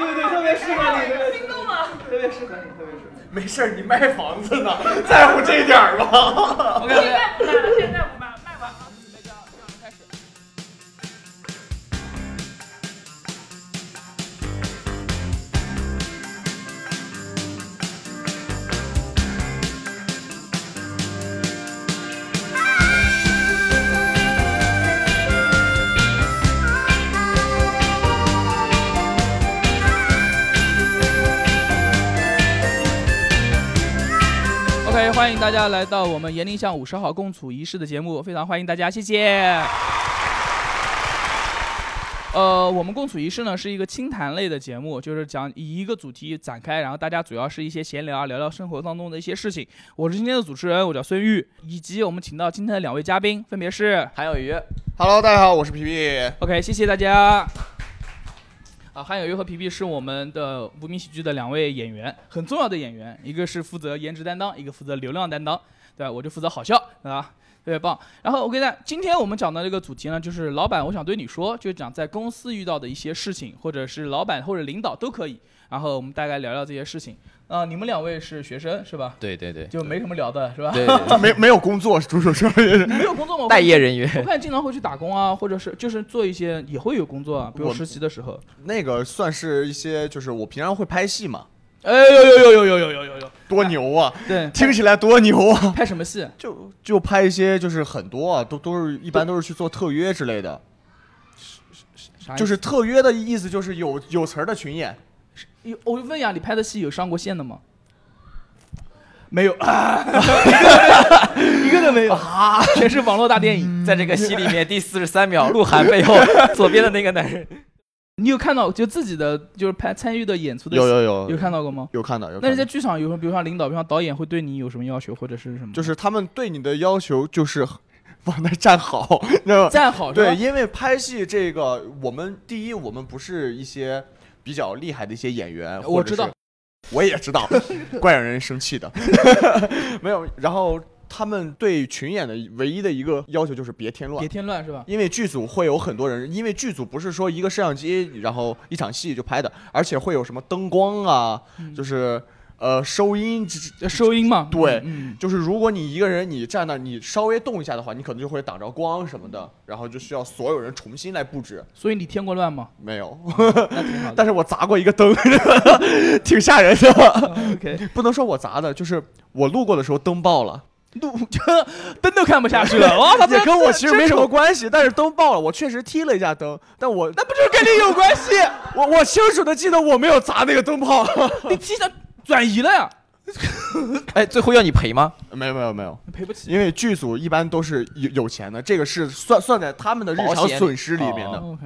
适合你，特别心动了。特别适合你，特别适合你。没事儿，你卖房子呢， 在乎这点儿吗？ OK 现 OK。在不卖了，现在不卖了，卖完了准备叫让人开始。 OK，欢迎大家来到我们延陵巷五十号共处一室的节目，非常欢迎大家，谢谢。呃，我们共处一室呢是一个清谈类的节目，就是讲以一个主题展开，然后大家主要是一些闲聊啊，聊聊生活当中的一些事情。我是今天的主持人，我叫孙玉，以及我们请到今天的两位嘉宾，分别是韩有鱼，Hello，大家好，我是皮皮。 OK，谢谢大家。啊，韩有优和皮皮是我们的无名喜剧的两位演员，很重要的演员，一个是负责颜值担当，一个负责流量担当，对吧？我就负责好笑，啊，特别棒。然后我跟大家，今天我们讲的这个主题呢，就是老板，我想对你说，就讲在公司遇到的一些事情，或者是老板或者领导都可以。然后我们大概聊聊这些事情。啊、你们两位是学生是吧？对对对，就没什么聊的是吧？对对对没没有工作，主手生也是。你们有 工作吗？待业人我员，看经常会去打工啊，或者是就是做一些也会有工作 啊，比如我实习的时候。那个算是一些，就是我平常会拍戏嘛，哎呦呦呦呦呦呦呦呦呦！多牛啊！对，听起来多牛啊！拍什么戏？就 就拍一些，就是很多啊，都都是一般都是去做特约之类的，啥意思？就是特约的意思就是有有词儿的群演，有我就问呀，你拍的戏有上过线的吗？没 有，啊、一个都 没有，啊全是网络大电影。在这个戏里面第四十三 秒，鹿晗背后左边的那个男人，你有看到就自己的就是拍参与的演出的戏有有有看到过吗？有看到有看到。那你在剧场有什么，比如说领导，比如说导演会对你有什么要求或者是什么？就是他们对你的要求就是 往那儿站好， 你知道吗？站好是吧对，因为拍戏这个，我们第一，我们不是一些比较厉害的一些演员，我或者知道是， 我也知道， 怪让人生气的， 没有。然后他们对群演的唯一的一个要求就是别添乱别。添乱是吧？因为剧组会有很多人，因为剧组不是说一个摄像机，然后一场戏就拍的，而且会有什么灯光啊，嗯呃就是呃收音之收音嘛。对嗯，就是如果你一个人你站那儿，你稍微动一下的话，你可能就会挡着光什么的，然后就需要所有人重新来布置。所以你添过乱吗？没有，哦 那挺好的。但是我砸过一个灯， 挺吓人的。哦 OK， 不能说我砸的，就是我路过的时候灯爆了，路 灯都看不下去了，哇操！这也跟我其实没什么这关系，但是灯爆了，我确实踢了一下灯，但我那不就是跟你有关 系？我我清楚的记得我没有砸那个灯泡。 你踢他转移了呀，哎，最后要你赔吗？没有没有没有，赔不起。因为剧组一般都是有有钱的，这个是算算在他们的日保常险损失里面的。哦 OK，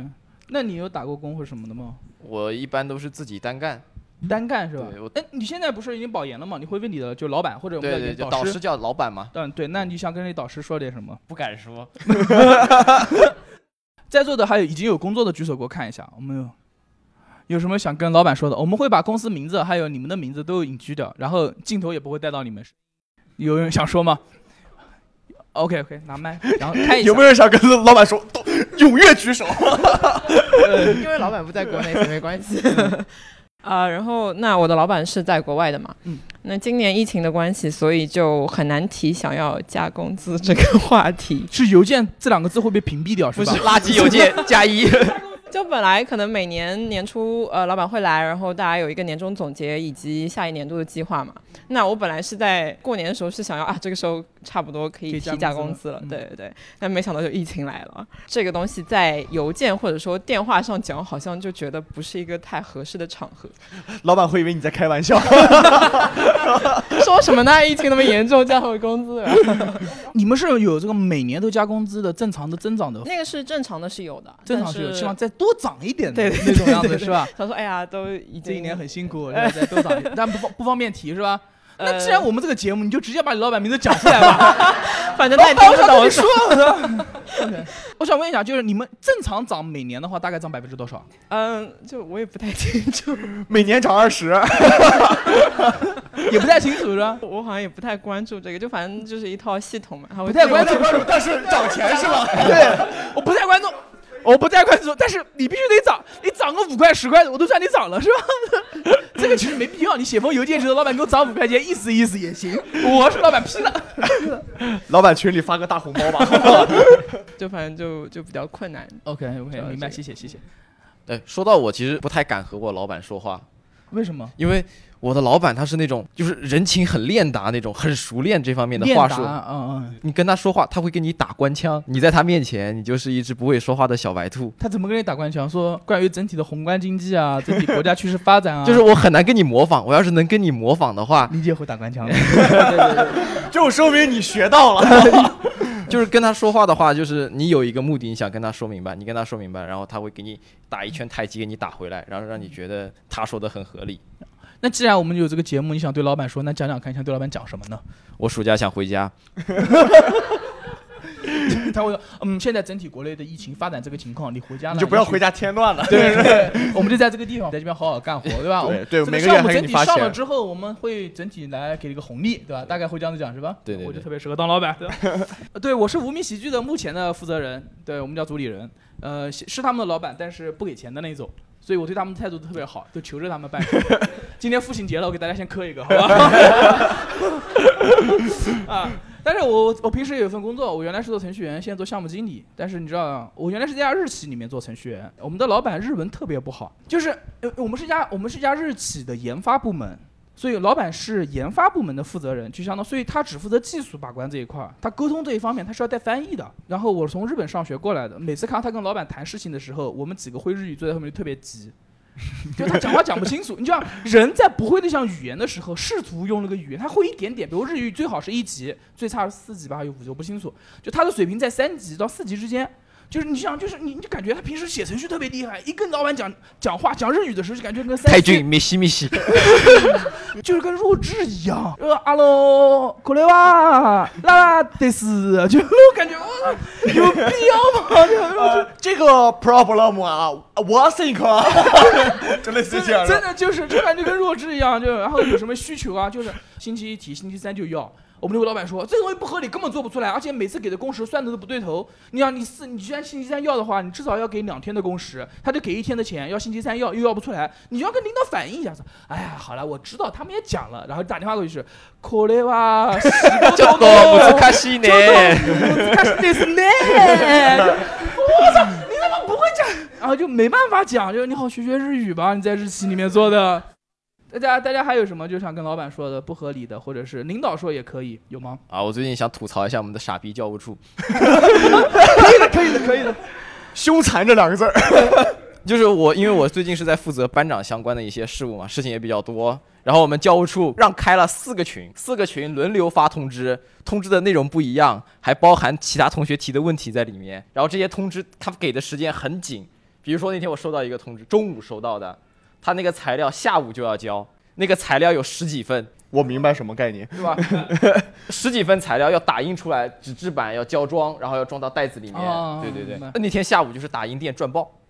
那你有打过工或什么的吗？ 我一般都是自己单干，单干是吧对我？哎，你现在不是已经保研了吗？你会问你的就老板或者我对们的对，就导导师。叫老板嘛，嗯，对，那你想跟你导师说点什么？不敢说， 在座的还有已经有工作的举手给我看一下，我们有有什么想跟老板说的？我们会把公司名字还有你们的名字都隐居掉，然后镜头也不会带到你们。有人想说吗？OK OK，拿麦，然后看一下。有没有人想跟老板说，都踊 跃举 手？因为老板不在国内， 所以没关系。啊、呃然后那我的老板是在国外的嘛，嗯，那今年疫情的关系，所以就很难提想要加工资这个话题。是邮件这两个字会被屏蔽掉是吧？ 垃圾邮 件加一，就本来可能每年年初，呃，老板会来，然后大家有一个年终总结以及下一年度的计划嘛。那我本来是在过年的时候是想要啊，这个时候差不多可以可以加提加工工资资了了，嗯对对对。但没想到就疫情来了，这个东西在邮件或者说电话上讲，好像就觉得不是一个太合适的场 合。老板会以为你在开玩笑。说什么呢？疫情那么严重，加回工 资。你们是有这个每年都加工资的正常的增长的，那个是正常的，是有的，正常但是是有希望再多涨一点的对那种样子是吧？他说：“哎呀，都已经这一年很辛苦，然后再多涨一点，但不方不方便提是吧？那既然我们这个节目，你就直接把你老板名字讲出来吧。呃反正他也老听板，我不想跟懂你，说，我想问一下，就是你们正常涨每年的话，大概涨百分之多少？嗯，就我也不太清楚，每年涨二十， 也不太清楚是吧？我好像也不太关注这个，就反正就是一套系统嘛，他 不太关注 但是涨钱是吧？我不太关注。我不贷款的时候，但是你必须得涨，你涨个五块十块的，我都算你涨了，是吧？ 这个其实没必要，你写封邮件知道老板给我涨五块钱，意思意思也行。我是老板批的， 老板群里发个大红包吧。就反正就就比较困难。 OK OK，明明白，白谢谢谢谢。嗯对，说到我其实不太敢和我老板说话，为什么？因为我的老板他是那种就是人情很练达那种，很熟练这方面的话术。嗯嗯，你跟他说话，他会跟你打官腔。你在他面前，你就是一只不会说话的小白兔，他怎么跟你打官腔？说关于整体的宏观经 济啊，整体国家趋势发展啊，就是我很难跟你模仿。我要是能跟你模仿的话，理解会打官腔的。 就说明你学到了。 就是跟他说话的话，就是你有一个目的，你想跟他说明白，你跟他说明白，然后他会给你打一圈太极，给你打回来，然后让你觉得他说的很合理。那既然我们有这个节目，你想对老板说，那讲讲看，你想对老板讲什么 呢？我暑假想回家，他会说，嗯，现在整体国内的疫情发展这个情况，你回家呢你就不要回家。家添乱了。 对对，我们就在这个地方，在这边好好干活，对吧？对对我们这每个项月目还给整你体发上了钱之后，我们会整体来给一个红利，对吧？大概会这样子讲，是吧？对对我就对特别适合当老板。对吧对，我是无名喜剧的目前的负责人，对我们叫主理人，呃，是是他们的老板，但是不给钱的那种。所以我对他们态度特别好，就求着他们办事。今天父亲节了，我给大家先磕一个，好吧？ 啊，但是我我平时有一份工作，我原来是做程序员，现在做项目经理。但是你知道，我原来是在一家日企里面做程序员，我们的老板日文特别不好，就是呃我们是一家我们是一家日企的研发部门。所以老板是研发部门的负责人，就相当，所以他只负责技术把关这一块儿，他沟通这一方面他是要带翻译的。然后我从日本上学过来的，每次看到他跟老板谈事情的时候，我们几个会日语坐在后面就特别急，就他讲话讲不清楚。你就像人在不会那项语言的时候，试图用那个语言，他会一点点，比如日语最好是一级，最差是四级吧，还有五级，我不清楚。就他的水平在三级到四级之间。就是你想，就是你，你就感觉他平时写程序特别厉害，一跟老板讲讲话讲日语的时候，就感觉跟三太级君，米西米西，就是跟弱智一样。呃，阿罗これはララです，就我感觉我操有必要吗？ 呃这个 problem 啊，I think，就类似于真这样的真的。的就是就感觉跟弱智一样，就然后有什么需求啊，就是星期一提，星期三就要。我们那个老板说，这个东西不合理，根本做不出来，而且每次给的工时算的都不对头。你想，你四，你既然星期三要的话，你至少要给两天的工时，他就给一天的钱，要星期三要又要不出来，你就要跟领导反映一下。说，哎呀，好了，我知道，他们也讲了，然后打电话过去是，これは仕 事ちょっと難しいね。ちょっと難しいですね。 我操，你怎么不会讲？然后就没办法讲，就是你好学学日语吧，你在日企里面做的。大家大家还有什么就想跟老板说的不合理的，或者是领导说也可以，有吗？啊，我最近想吐槽一下我们的傻逼教务处， 凶残这两个字儿，就是我，因为我最近是在负责班长相关的一些事务嘛，事情也比较多。然后我们教务处让开了四个群，四个群轮流发通知，通知的内容不一样，还包含其他同学提的问题在里面。然后这些通知他给的时间很紧，比如说那天我收到一个通知，中午收到的，他那个材料下午就要交，那个材料有十几份，我明白什么概念。对吧？十几份材料要打印出来，纸质版要胶装，然后要装到袋子里面。哦对对对明白，那天下午就是打印店赚爆，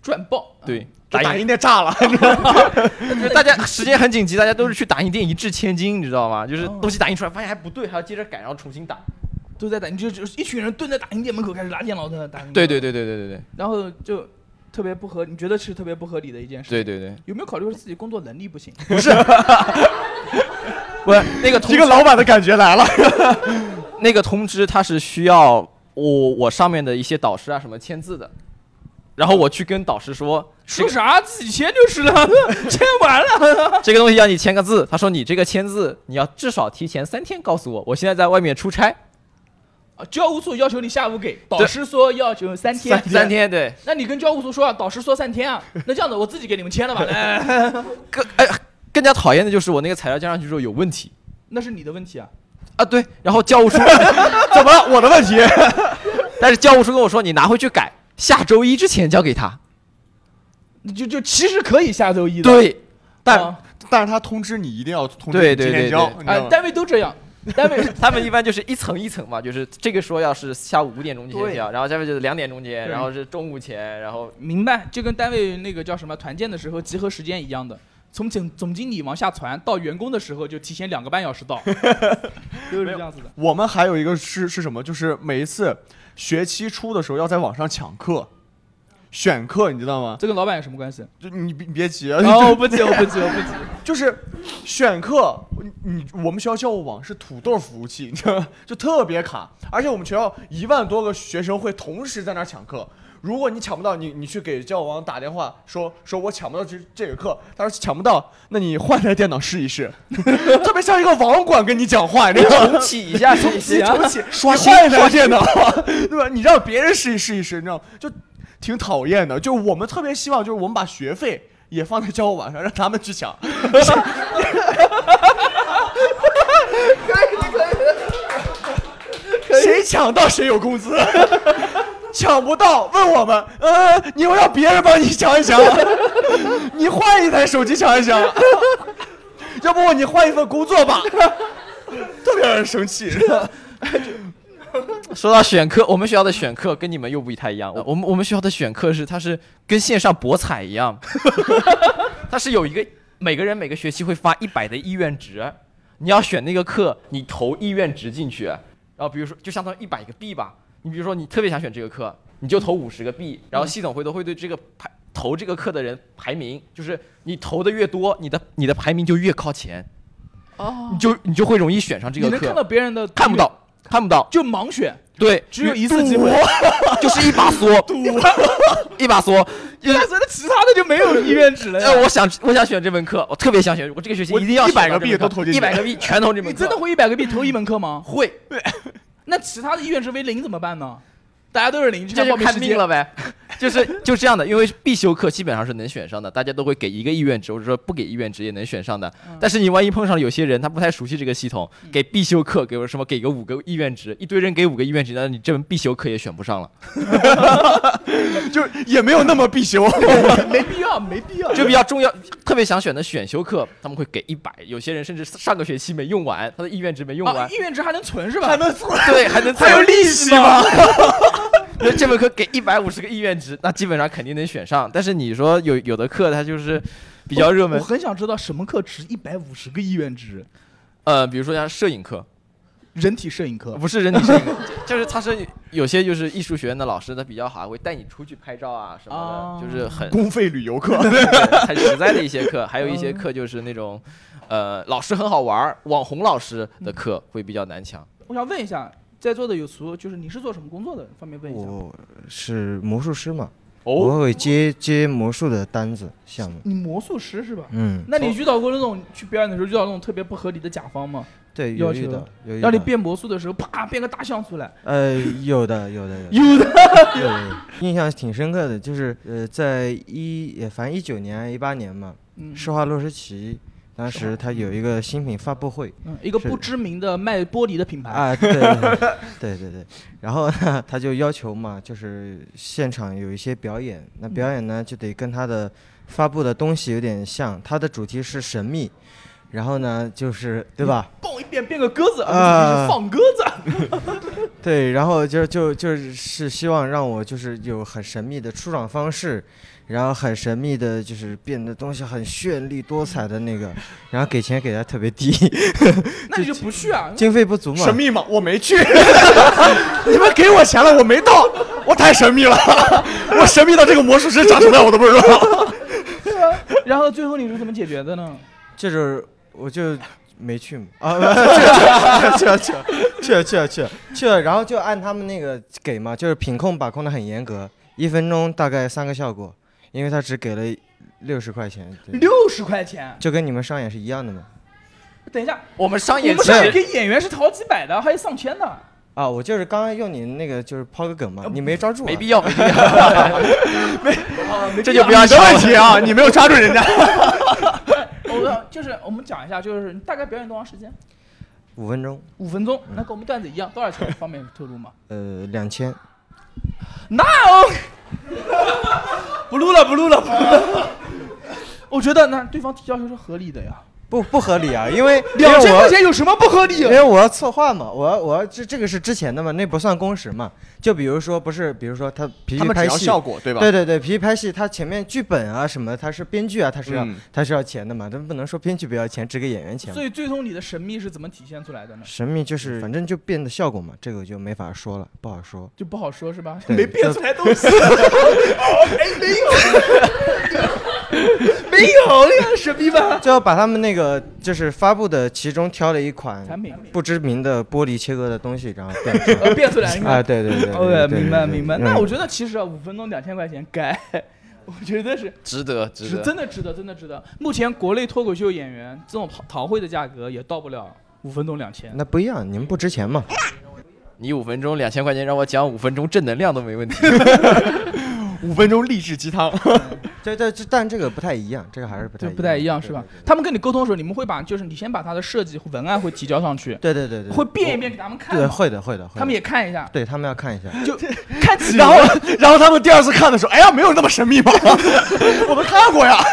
赚爆，对，就打印印店炸了，就是 大家时间很紧急，大家都是去打印店一掷千金，你知道吗？就是哦东西打印出来发现还不对，还要接着改，然后重新打。都在打，你就就是一群人蹲在打印店门口开始拉电脑的打印。对对，对对对对然后就特别不合，你觉得是特别不合理的一件事。对对对，有没有考虑过自己工作能力不行？ 不是那个通这个老板的感觉来了。 那个通知，它是需要我我上面的一些导师啊什么签字的，然后我去跟导师说。这说个啥自己签就是了，签完了。 这个东西要你签个字，他说你这个签字你要至少提前三天告诉我，我现在在外面出差，啊教务处要求你下午给，导对师说要求三天三。三天对，那你跟教务处说啊，导师说三天啊，那这样子我自己给你们签了吧。来， 更哎更加讨厌的就是我那个材料加上去之后有问题那是你的问题啊。啊，对，然后教 务处怎么了？我的问题？ 但是教务处跟我说，你拿回去改，下周一之前交给他。 就就其实可以下周一的，对，但啊但是他通知你一定要通知对你今对天对交，对你知道哎，吗单位都这样，单 位他们一般就是一层一层嘛，就是这个说要是下午五点钟前对交，然啊后下面就是两点钟前，对然后是中午前，然后明白，就跟单位那个叫什么团建的时候集合时间一样的。从总总经理往下传到员工的时候，就提前两个半 小时到，就是这样子的。我们还有一个是是什么？就是每一次学期初的时候要在网上抢课，选课，你知道吗？这跟老板有什么关系？就你别你别急啊，哦，我不急，我不急，我不急。 就是选课，你我们学校教务网是土豆服务器，你知道吗？就特别卡，而且我们学校一万多个学生会同时在那儿抢课。如果你抢不到，你你去给教务网打电话说说我抢不到这这个课，他说抢不到，那你换台电脑试一试， 特别像一个网管跟你讲话， 你知道吗？ 重启一下，重启啊你重启，刷新换一台电脑， 对吧？你让别人试一试一试，你知道吗？就挺讨厌的。就我们特别希望，就是我们把学费也放在教务网上，让他们去抢。谁抢到谁有工资， 抢不到问我们，呃，你要让别人帮你抢一抢，你换一台手机抢一 抢，要不你换一份工作吧， 特别让人生气。说到选课，我们学校的选课跟你们又不太一哦样。我们我们学校的选课是，它是跟线上博彩一 样，它是有一个每个人每个学期会发一百的意愿值，你要选那个课，你投意愿值进去，然后比如说就相当于一百个币吧，你比如说你特别想选这个课，你就投五十个币，然后系统回头会对这个排投这个课的人排名，就是你投的越多，你的你的排名就越靠前，哦，你就你就会容易选上这你个能课，看到别人的，看不，到看不到，就盲选，对，只有一次机会。 就是一把 梭， 一把梭。就是但是那其他的就没有意愿值了呃，呀。我想我想选这门课，我特别想选，我这个学期我一定要100个币都投进去一百个币全投这门你课。真的会一百个币投一门课吗？会，那其他的意愿值为零怎么办呢？大家都是零，这像就报名看时命间了。呗。 就是就这样的，因为必修课基本上是能选上的，大家都会给一个意愿值，或者说不给意愿值也能选上的。但是你万一碰上有些人他不太熟悉这个系统，给必修课给我什么给个五个意愿值，一堆人给五个意愿值，那你这门必修课也选不上了， 就也没有那么必修。 哦没必要，没必要。就比较重要。特别想选的选修课，他们会给一百，有些人甚至上个学期没用完，他的意愿值没用啊，完意，愿值还能存是吧？还能出来 对，还能还有利息吗？ 那这门课给一百五十个意愿值，那基本上肯定能选上。但是你说有有的课它就是比较热门我，很想知道什么课值一百五十个意愿值？呃，比如说像摄影课，人体摄影课不是人体摄 影课，就就是它是有些就是艺术学院的老师，他比较好，会带你出去拍照啊什么哦的，就是很公费旅游 课，很实在的一些课。还有一哦些课就是那种，呃，老师很好玩儿，网红老师的课会比较难抢。我想问一下，在座的有所有就是你是做什么工作的？方便问一下吗。我是魔术师嘛，哦，我会接接魔术的单子项目。你魔术师是吧？嗯，那你遇到过那种去表演的时候遇到那种特别不合理的甲方吗？对，要有求遇到，有遇让你到变魔术的时候，啪变个大象出来，呃，有的，有的，有的。有对的对 对，印象挺深刻的，就是呃，在一呃反正一九年啊、一八年嘛，嗯施华洛世奇当时他有一个新品发布会嗯一个不知名的卖玻璃的品牌，啊，对对对对对对，然后呢，他就要求嘛，就是现场有一些表演，那表嗯演呢就得跟他的发布的东西有点像，他的主题是神秘，然后呢就是对吧？ 嗯蹦一变变个鸽子，啊，不是啊是放鸽子，对，然后就就就是是希望让我就是有很神秘的出场方式，然后很神秘的，就是变得东西很绚丽多彩的那个，然后给钱给的特别低，那你就不 去啊？经费不足嘛神。秘吗？我没去， 你们给我钱了，我没到，我太神秘了， 我神秘到这个魔术师长什啊么样我都不知道。啊 然后最后你是怎么解决的呢？这就是我就没去嘛啊， 不去了去了去了去了去了去了去了，然后就按他们那个给嘛，就是品控把控的很严格，一分钟大概三个效果，因为他只给了六十块钱，对六十块钱，就跟你们商演是一样的嘛。等一下，我们商我演们其上面实给演员是好几百的，还有上千的。啊，我就是刚刚用你那个就是抛个梗嘛，你没抓住、啊，没必要，没必要， 哦这就不要你的抢问了。题啊，你没有抓住人家。我就是我们讲一下，就是你大概表演多长时间？五分钟，五分钟，嗯那跟我们段子一样，多少钱？方便透露吗？呃，两千，那哦， 不录了，不录了，不录了。我觉得那对方提要求是合理的呀。不不合理啊，因为因 为两千我块钱有什么不合理啊因？为我要策划嘛，我要我要这这个是之前的嘛，那不算工时嘛。就比如说不是，比如说他皮他们皮只拍要戏，效果，对吧？对对对，皮皮拍戏，他前面剧本啊什么，他是编剧啊，他是要、嗯他是要钱的嘛，他不能说编剧不要钱，只给演员钱嘛所。以最终你的神秘是怎么体现出来的呢？神秘嗯就是反正就变得效果嘛，这个就没法说了，不好说。就不好说是吧？对没变出来东 西，哦哎没没有，没有呀，神秘吧？最后把他们那个就是发布的其中挑了一款产品不知名的玻璃切割的东西，然后变 成呃变出来应该啊，对对对对对 OK，对明白对对明白。嗯那我觉得其实啊，五分钟两千块钱该， 我觉得是值得，值是得。真的值得，真的值得。目前国内脱口秀演员这种讨讨会的价格也到不了五分钟两千。那不一样，你们不值钱嘛？你五分钟两千块钱，让我讲五分钟正能量都没 问题。五分钟励志鸡汤，嗯这这这，但这个不太一样，这个还是不太就不太一样对是吧对对？他们跟你沟通的时候，你们会把就是你先把他的设计文案会提交上去，对对对对，会变一遍给他们看对，吗，会的会的，会的他们也看一下，对他们要看一下， 就看几然后然后他们第二次看的时候，哎呀，没有那么神秘吧？ 我们看过呀。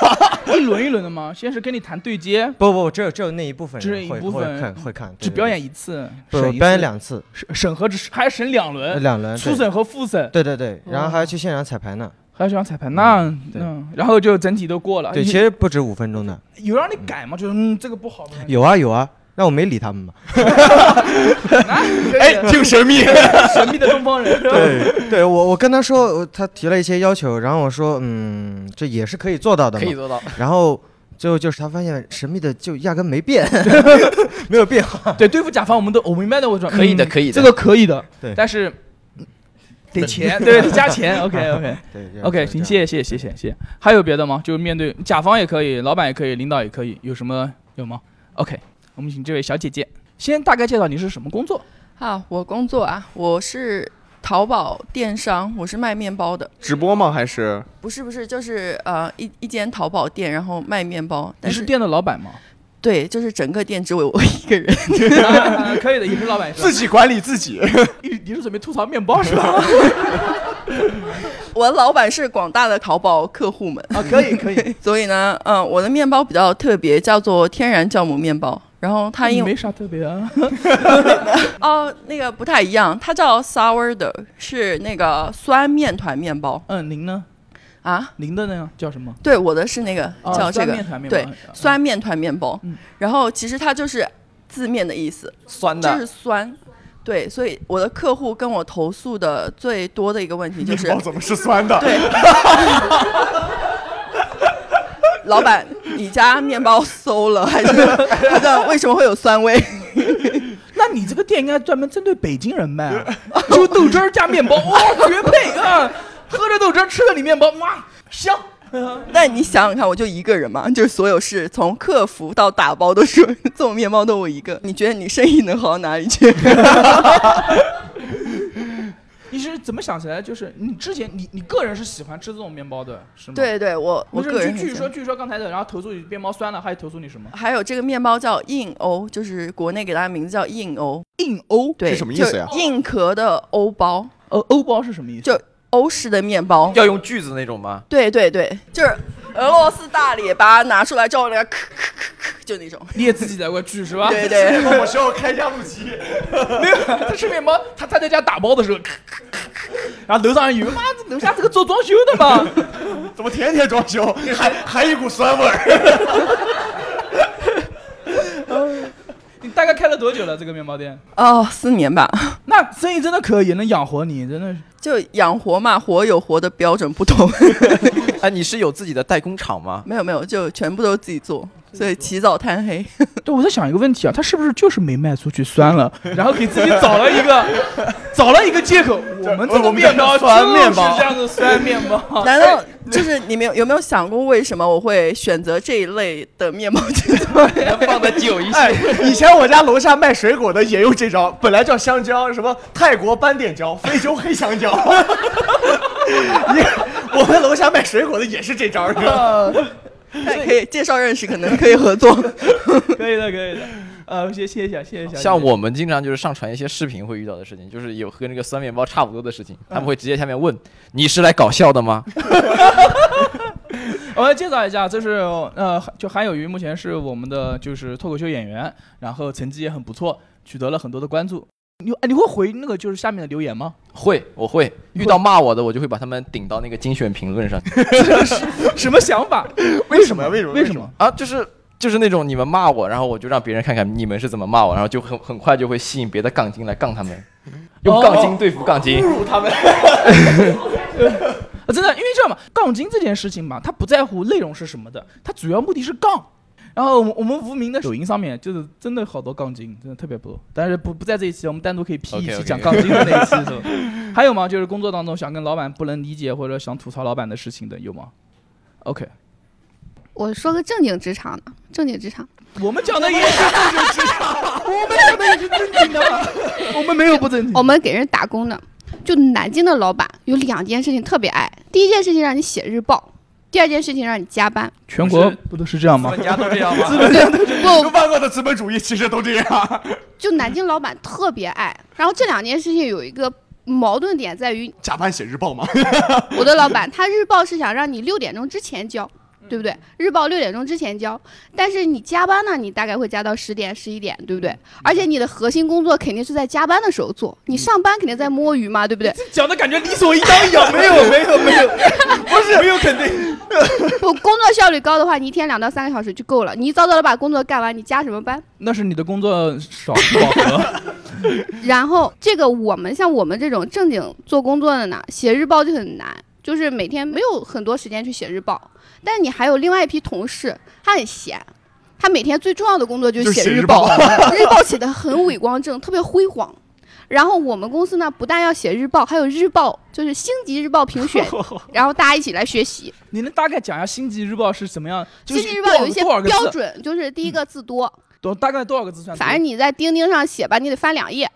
一轮一轮的吗？先是跟你谈对接，不不，只有只有那一部分人只有一会部分会看会看，对只对表对演一次，不审一次表演两次，审审核只还审两呃轮，两轮初对审和复审，对对对，然后还哦要去现场彩排呢。还有想彩排那对嗯，然后就整体都过了。对，啊你其实不止五分钟的，有让你改吗？就是嗯，这个不 好吗，有啊有啊，那我没理他们 嘛。啊 哎，挺神秘。 神秘的东方人，对，对我我跟他说，我他提了一些要求，然后我说，嗯，这也是可以做到的可以嘛。做到。然后最后就是他发现神秘的就压根没 变，没有变化。对，对付甲方我们都我明白的，我说可以的嗯可以的这个可以的，对但是嗯得钱，对，得 加钱。OK OK 对这样就 OK，是行，这样谢谢谢谢谢谢谢谢。还有别的吗？就是面对甲方也可以，老板也可以，领导也可以，有什么有吗？OK，我们请这位小姐姐先大概介绍你是什么工作。啊，我工作啊，我是淘宝电商，我是卖面包的。直播吗？还是不是不是，就是呃一一间淘宝店，然后卖面包。你但是是店的老板吗？对，就是整个店只有我一个人。啊 可以的，也是老板是吧自己管理自己？ 你你是准备吐槽面包是吧？我老板是广大的淘宝客户们，啊，可以可以。 所以呢，嗯、我的面包比较特别，叫做天然酵母面包。然后它因为没啥特 别啊，哦，那个不太一样，它叫 sourdough，是那个酸面团面包嗯，您呢？啊。您的呢叫什么？对，我的是那个、哦叫这酸个面团面包对嗯酸面团面包，嗯然后其实它就是字面的意思，酸就的是酸。对，所以我的客户跟我投诉的最多的一个问题就是面包，怎么是酸的？对，老板，你家面包馊了，还是不知道为什么会有酸味？ 那你这个店应该专门针对北京人卖、 啊，就豆汁儿加面包，哇、绝配啊！喝着豆汁儿，吃着你面包，哇，香！ 但你想想看，我就一个人嘛，就是所有事，从客服到打包都是 做面包都我一个，你觉得你生意能好到哪里去？ 你是怎么想起来？就是你之前你你个人是喜欢吃这种面包的，是吗？，对对，我我不个是。人据很喜据欢说据说刚才的，然后投诉你面包酸了，还有投诉你什么？还有这个面包叫硬欧，就是国内给它的名字叫硬欧，硬欧，对，是什么意思呀就是硬壳的欧包，呃，欧包是什么意思？就欧式的面包。要用锯子那种吗？对对对，就是俄罗斯大列巴拿出来之后，那个咳咳咳 咳，就那种。你也自己在外锯是吧？ 对对， 我需要开压路机。没有，他吃面包，他他在家打包的 时候，咔咔咔咔然后楼上人以为妈，这楼下这个做装修的嘛， 怎么天天装修，还还一股酸味儿？ 你大概开了多久了这个面包店？哦，四年吧， 那生意真的可以，能养活你，真的是。就养活嘛，活有活的标准不同， 哎，你是有自己的代工厂吗？没有没有，就全部都自己做，所以起早贪黑。 对，我在想一个问题啊，他是不是就是没卖出去酸 了，然后给自己找了一个找了一个借口？ 我们这我个们面包这酸面就是包这样子酸面包。 难道就是你们有有没有想过，为什么我会选择这一类的面包去做？放的久一哎些。，以前我家楼下卖水果的也用这招，本来叫香蕉，什么泰国斑点蕉、非洲黑香 蕉。也我们楼下卖水果的也是这招 儿。但呃可以介绍认识，可能可以合 作。 可以的，可以的。呃，谢谢一下，嗯谢谢一下。像我们经常就是上传一些视频会遇到的事情，就是有和那个酸面包差不多的事情，他们会直接下面问你是来搞笑的吗？我来介绍一下，这是呃，就韩有瑜目前是我们的就是脱口秀演员，然后成绩也很不错，取得了很多的关注。你哎，你会回那个就是下面的留言吗？会，我会遇到骂我的，我就会把他们顶到那个精选评论上什么想法？为什么呀？为什么？为什？么？啊，就是就是那种你们骂我，然后我就让别人看看你们是怎么骂我，然后就很很快就会吸引别的杠精来杠他们，用杠精对付杠哦精。 啊，呃真的，因为这样嘛，杠精这件事情嘛，他不在乎内容是什么的，他主要目的是杠。然后我们我们无名的抖音上面就是真的好多杠精，真的特别多。但是不不在这一期，我们单独可以 P 一期 OK，OK 讲杠精的那一 期是吧？还有吗？就是工作当中想跟老板不能理解或者想吐槽老板的事情的有吗？OK，我说个正经职场的，正经职场，我们讲的也是 正经职场，我们讲的也是正经的嘛，我们没有不正经。我们给人打工的，就南京的老板有两件事情特别爱，第一件事情让你写日报，第二件事情让你加班。全国不都是这样吗？家都这样 吗？不，万恶的资本主义其实都这样，就南京老板特别爱。然后这两件事情有一个矛盾点在于，加班写日报 嘛。我的老板他日报是想让你六点钟之前交，对不对？日报六点钟之前交，但是你加班呢，你大概会加到十点、十一点，对不对？而且你的核心工作肯定是在加班的时候做，你上班肯定在摸鱼嘛，对不对？讲的感觉理所应当一样， 没有没有没有，不是没有肯定。不，工作效率高的话，你一天两到三个小时就够了。你一早早的把工作干完，你加什么班？那是你的工作少饱和。然后这个我们像我们这种正经做工作的呢，写日报就很难，就是每天没有很多时间去写日报。但你还有另外一批同事，他很闲，他每天最重要的工作就就是写日日报，报 日报写的很伟光正，特别辉煌。然后我们公司呢，不但要写日报，还有日报，就是星级日报评 选，然后大家一起来学习。 你能大概讲一下《星际日报》是怎么样？就星是级日报有一些多少个标字？准，就是第一个字多，多大概多少个字算多？反正你在钉钉上写吧，你得翻两页。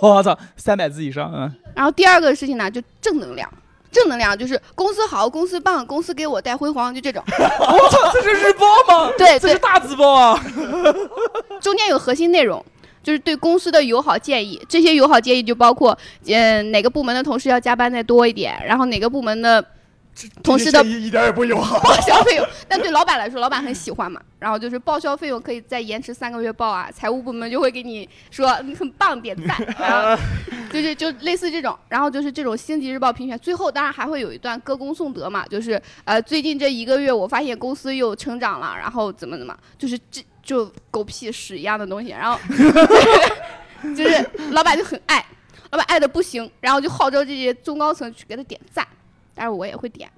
我操，三百字以上， 嗯，然后第二个事情呢，就正能量。正能量就是公司好，公司棒，公司给我带辉煌，就这种。我操，这是日报吗？对这是对，大字报啊！ 中间有核心内容，就是对公司的友好建议。这些友好建议就包括，嗯、哪个部门的同事要加班再多一点，然后哪个部门的同事的这些建议一点也不友好。 报销费用。但对老板来说，老板很喜欢嘛。然后就是报销费用可以再延迟三个月报啊，财务部门就会给你说嗯很棒，点赞。然后就是就类似这种，然后就是这种星级日报评选，最后当然还会有一段歌功颂德嘛，就是呃最近这一个月我发现公司又成长了，然后怎么怎么，就是这就狗屁屎一样的东西，然后就是老板就很爱，老板爱的不行，然后就号召这些中高层去给他点赞，但是我也会点。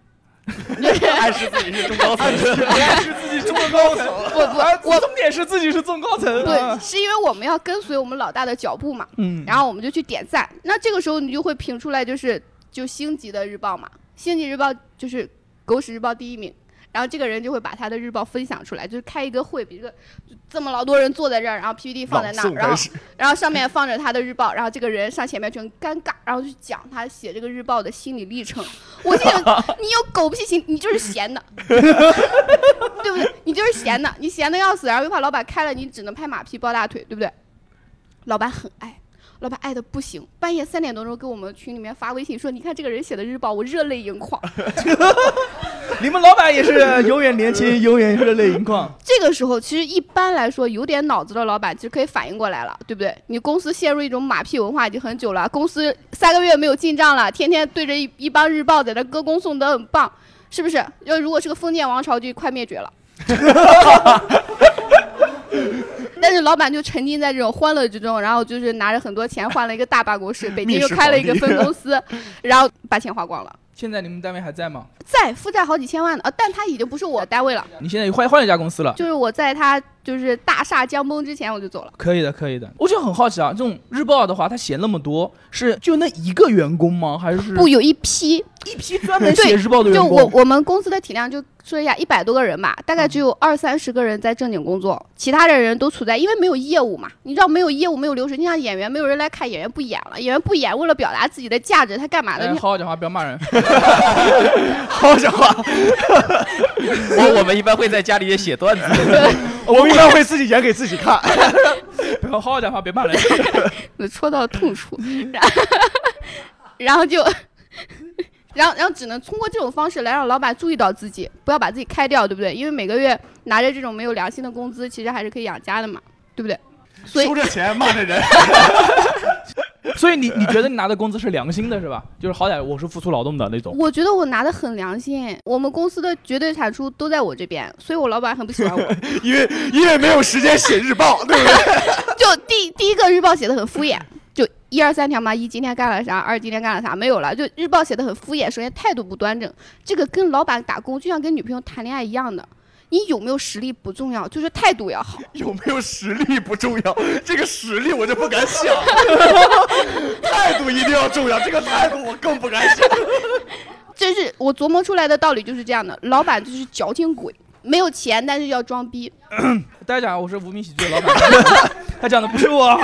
暗示自己是中高层，是自己中高层，不不，我啊重点是自己是中高层。啊对，是因为我们要跟随我们老大的脚步嘛，嗯，然后我们就去点赞。那这个时候你就会评出来，就是就星级的日报嘛，星级日报就是狗屎日报第一名。然后这个人就会把他的日报分享出来，就是开一个会，比如说就这么老多人坐在这儿，然后 PPT 放在那儿，然后然后上面放着他的日报，然后这个人上前面就很尴尬，然后就讲他写这个日报的心理历程。我心想，你有狗屁心，你就是闲的， 对不对？你就是闲的，你闲的要死，然后又怕老板开了你，只能拍马屁抱大腿，对不对？老板很爱，老板爱的不行，半夜三点多钟给我们群里面发微信说，你看这个人写的日报，我热泪盈眶。你们老板也是永远年轻，永远热泪盈眶。这个时候，其实一般来说，有点脑子的老板其实可以反应过来了，对不对？你公司陷入一种马屁文化已经很久了，公司三个月没有进账了，天天对着一一帮日报在那歌功颂德，很棒，是不是？要如果是个封建王朝，就快灭绝了。但是老板就沉浸在这种欢乐之中，然后就是拿着很多钱换了一个大办公室，北京又开了一个分公司，然后把钱花光了，现在你们单位还在吗？再负债好几千万呢。呃，但他已经不是我单位了。你现在换换一家公司了？就是我在他就是大厦将崩之前我就走了。可以的，可以的。我就很好奇啊，这种日报的话，他写那么多，是就那一个员工吗？还是不，有一批，一批专门写日报的员就工？我我们公司的体量就说一下，一百多个人吧，大概只有二三十个人在正经工作，其他的人都处在因为没有业务嘛，你知道没有业务没有流水，你像演员没有人来看，演员不演了，演员不演为了表达自己的价值，他干嘛呢？哎，你好好讲话，不要骂人。好家伙，我我们一般会在家里也写段子。 我们一般会自己演给自己看。 不要好好讲话，别骂人。戳到痛处，然后然后就然后然后只能通过这种方式来让老板注意到自己，不要把自己开掉，对不对？因为每个月拿着这种没有良心的工资，其实还是可以养家的嘛，对不对？所以收着钱骂着人， 所以你你觉得你拿的工资是良心的是吧？就是好歹我是付出劳动的那种。我觉得我拿的很良心，我们公司的绝对产出都在我这边，所以我老板很不喜欢我。 因为因为没有时间写日报，对不对？就第第一个日报写的很敷衍，嗯就一二三条嘛，一今天干了啥，二今天干了啥，没有了。就日报写的很敷衍，首先态度不端正，这个跟老板打工就像跟女朋友谈恋爱一样的。你有没有实力不重要，就是态度要好。有没有实力不重要，这个实力我就不 敢想，态度一定要重要，这个态度我更不敢 想。这是我琢磨出来的道理，就是这样的。老板就是矫情鬼，没有钱但是要装逼。大家讲，我是无名喜剧的老 板，他讲的不是我。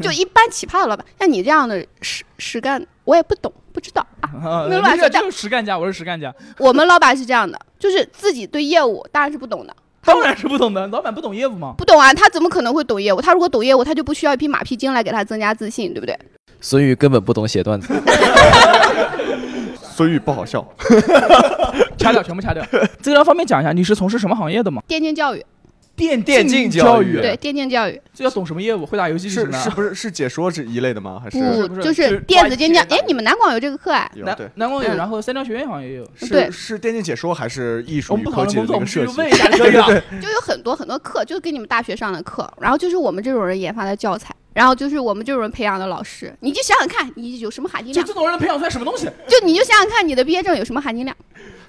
就一般奇葩的老板，像你这样的实实干，我也不懂，不知道啊。 啊没有乱说你这就是实干家，我是实干家，我们老板是这样的，就是自己对业务当然是不懂的，当然是不懂的。老板不懂业务吗？不懂啊，他怎么可能会懂业务？他如果懂业务，他就不需要一匹马屁精来给他增加自信，对不对？孙宇根本不懂写段子，孙宇不好笑，掐掉，全部 掐掉。资料方面讲一下，你是从事什么行业的吗？电竞教育，电电竞教育对电竞教育，这要懂什么业务？会打游戏是啊什么是不是是解说是一类的吗？还是是不不是就是是电子电竞专？业哎，你们南广有这个课啊？有对南南广有，嗯然后三条学院好像也 有。对是是电竞解说还是艺我术们与不科讨论技的那个工作，我们设去计？问一下可以 吧？就有很多很多课，就跟你们大学上的课，然后就是我们这种人研发的教材，然后就是我们这种人培养的老师，你就想想看，你有什么含金就量？这种人培养出来什么东西？就你就想想看，你的毕业证有什么含金量？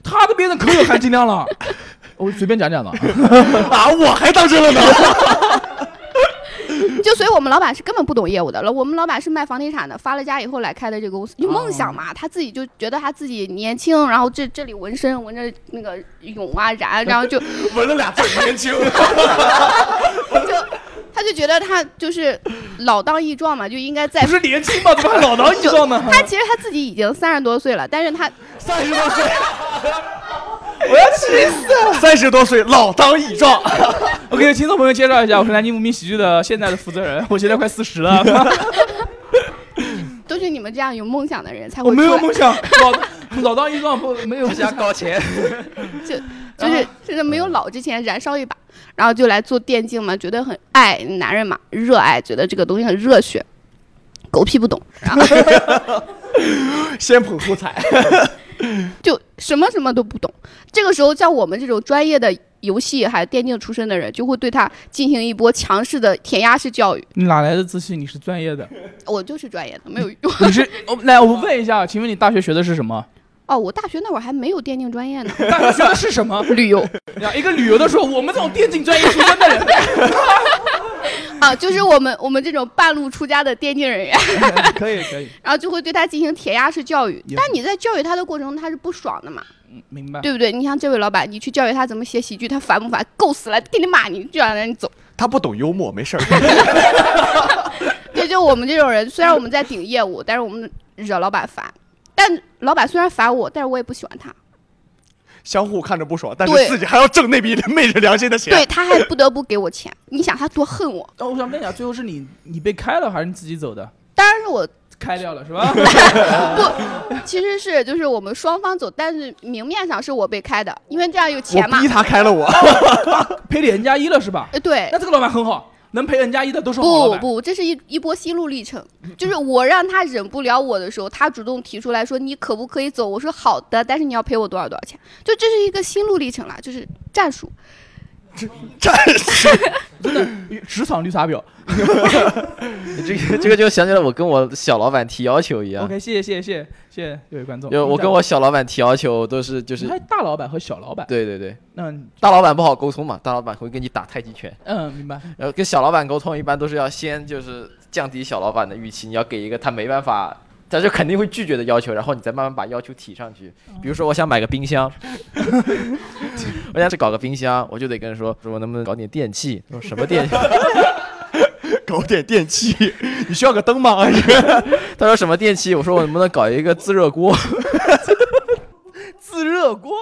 他的别人可有含金量了。我随便讲 讲的啊，啊，我还当真了呢。就所以我们老板是根本不懂业务的了，我们老板是卖房地产的，发了家以后来开的这个公司，有梦想哦嘛，他自己就觉得他自己年轻，然后这这里纹身纹着那个勇啊燃，然后 就纹了俩字儿，年 轻。他就觉得他就是老当益壮嘛，就应该在不。是年轻吗？怎么还老当益壮呢？他其实他自己已经三十多岁了，但是他三 十多岁，我要气死！三十多岁老当益壮，我给听众朋友介绍一下，我是南京无名喜剧的现在的负责人，我现在快四十了，都是你们这样有梦想的人才我会出没有来，梦想，老老当益壮不没有想搞钱。就是甚至没有老之前燃烧一把，然后就来做电竞嘛，觉得很爱男人嘛，热爱，觉得这个东西很热血，狗屁不懂。先捧后踩。就什么什么都不懂。这个时候，像我们这种专业的游戏还有电竞出身的人，就会对他进行一波强势的填鸭式教育。你哪来的自信？你是专业的，我就是专业的，没有用。你是哦来我问一下，请问你大学学的是什么？哦，我大学那会儿还没有电竞专业呢， 大学学的是什么？ 旅游然后一个旅游的说，我们这种电竞专业出身的人，啊，就是我们我们这种半路出家的电竞人员， 可以可以，然后就会对他进行填鸭式教育也。但你在教育他的过程中，他是不爽的嘛，明白。对不对？你像这位老板，你去教育他怎么写喜剧，他烦不烦？够死了，天天骂你，就想让你走。他不懂幽默，没事儿。对，就我们这种人，虽然我们在顶业务，但是我们惹老板烦。但老板虽然烦我，但是我也不喜欢他，相互看着不爽，但对是自己还要挣那笔昧着良心的钱。哎对，他还不得不给我钱。你想他多恨我？哦，我想问一下，最后是你你被开了还是你自己走的？当然是我开掉了是吧？ 其实是就是我们双方走，但是明面上是我被开的，因为这样有钱嘛我逼。他开了我， 赔了 N 加一了是吧？呃，对那，这个老板很好，能赔 N 加一的都是好老不板。不，这是一一波心路历程。就是我让他忍不了我的时候，他主动提出来说你可不可以走？我说好的，但是你要赔我多少多少钱？就这是一个心路历程啦，就是战术。真的，职场绿茶 婊。这个这个就想起来我跟我小老板提要求一样， OK，谢谢谢谢谢谢谢谢这位观众。啊就我跟我小老板提要求都是就就是是，大老板和小老板。对对对，嗯大老板不好沟通嘛，大老板会跟你打太极拳，嗯，明白。然后跟小老板沟通一般都是要先就是降低小老板的预期，你要给一个他没办法。他就肯定会拒绝的要求，然后你再慢慢把要求提上去。比如说，我想买个冰 箱，我想去搞个冰箱，我就得跟人说，说我能不能搞点电器？他说什么电器？搞点电器，你需要个灯吗？ 他说什么电器？我说我能不能搞一个自热锅？自热锅。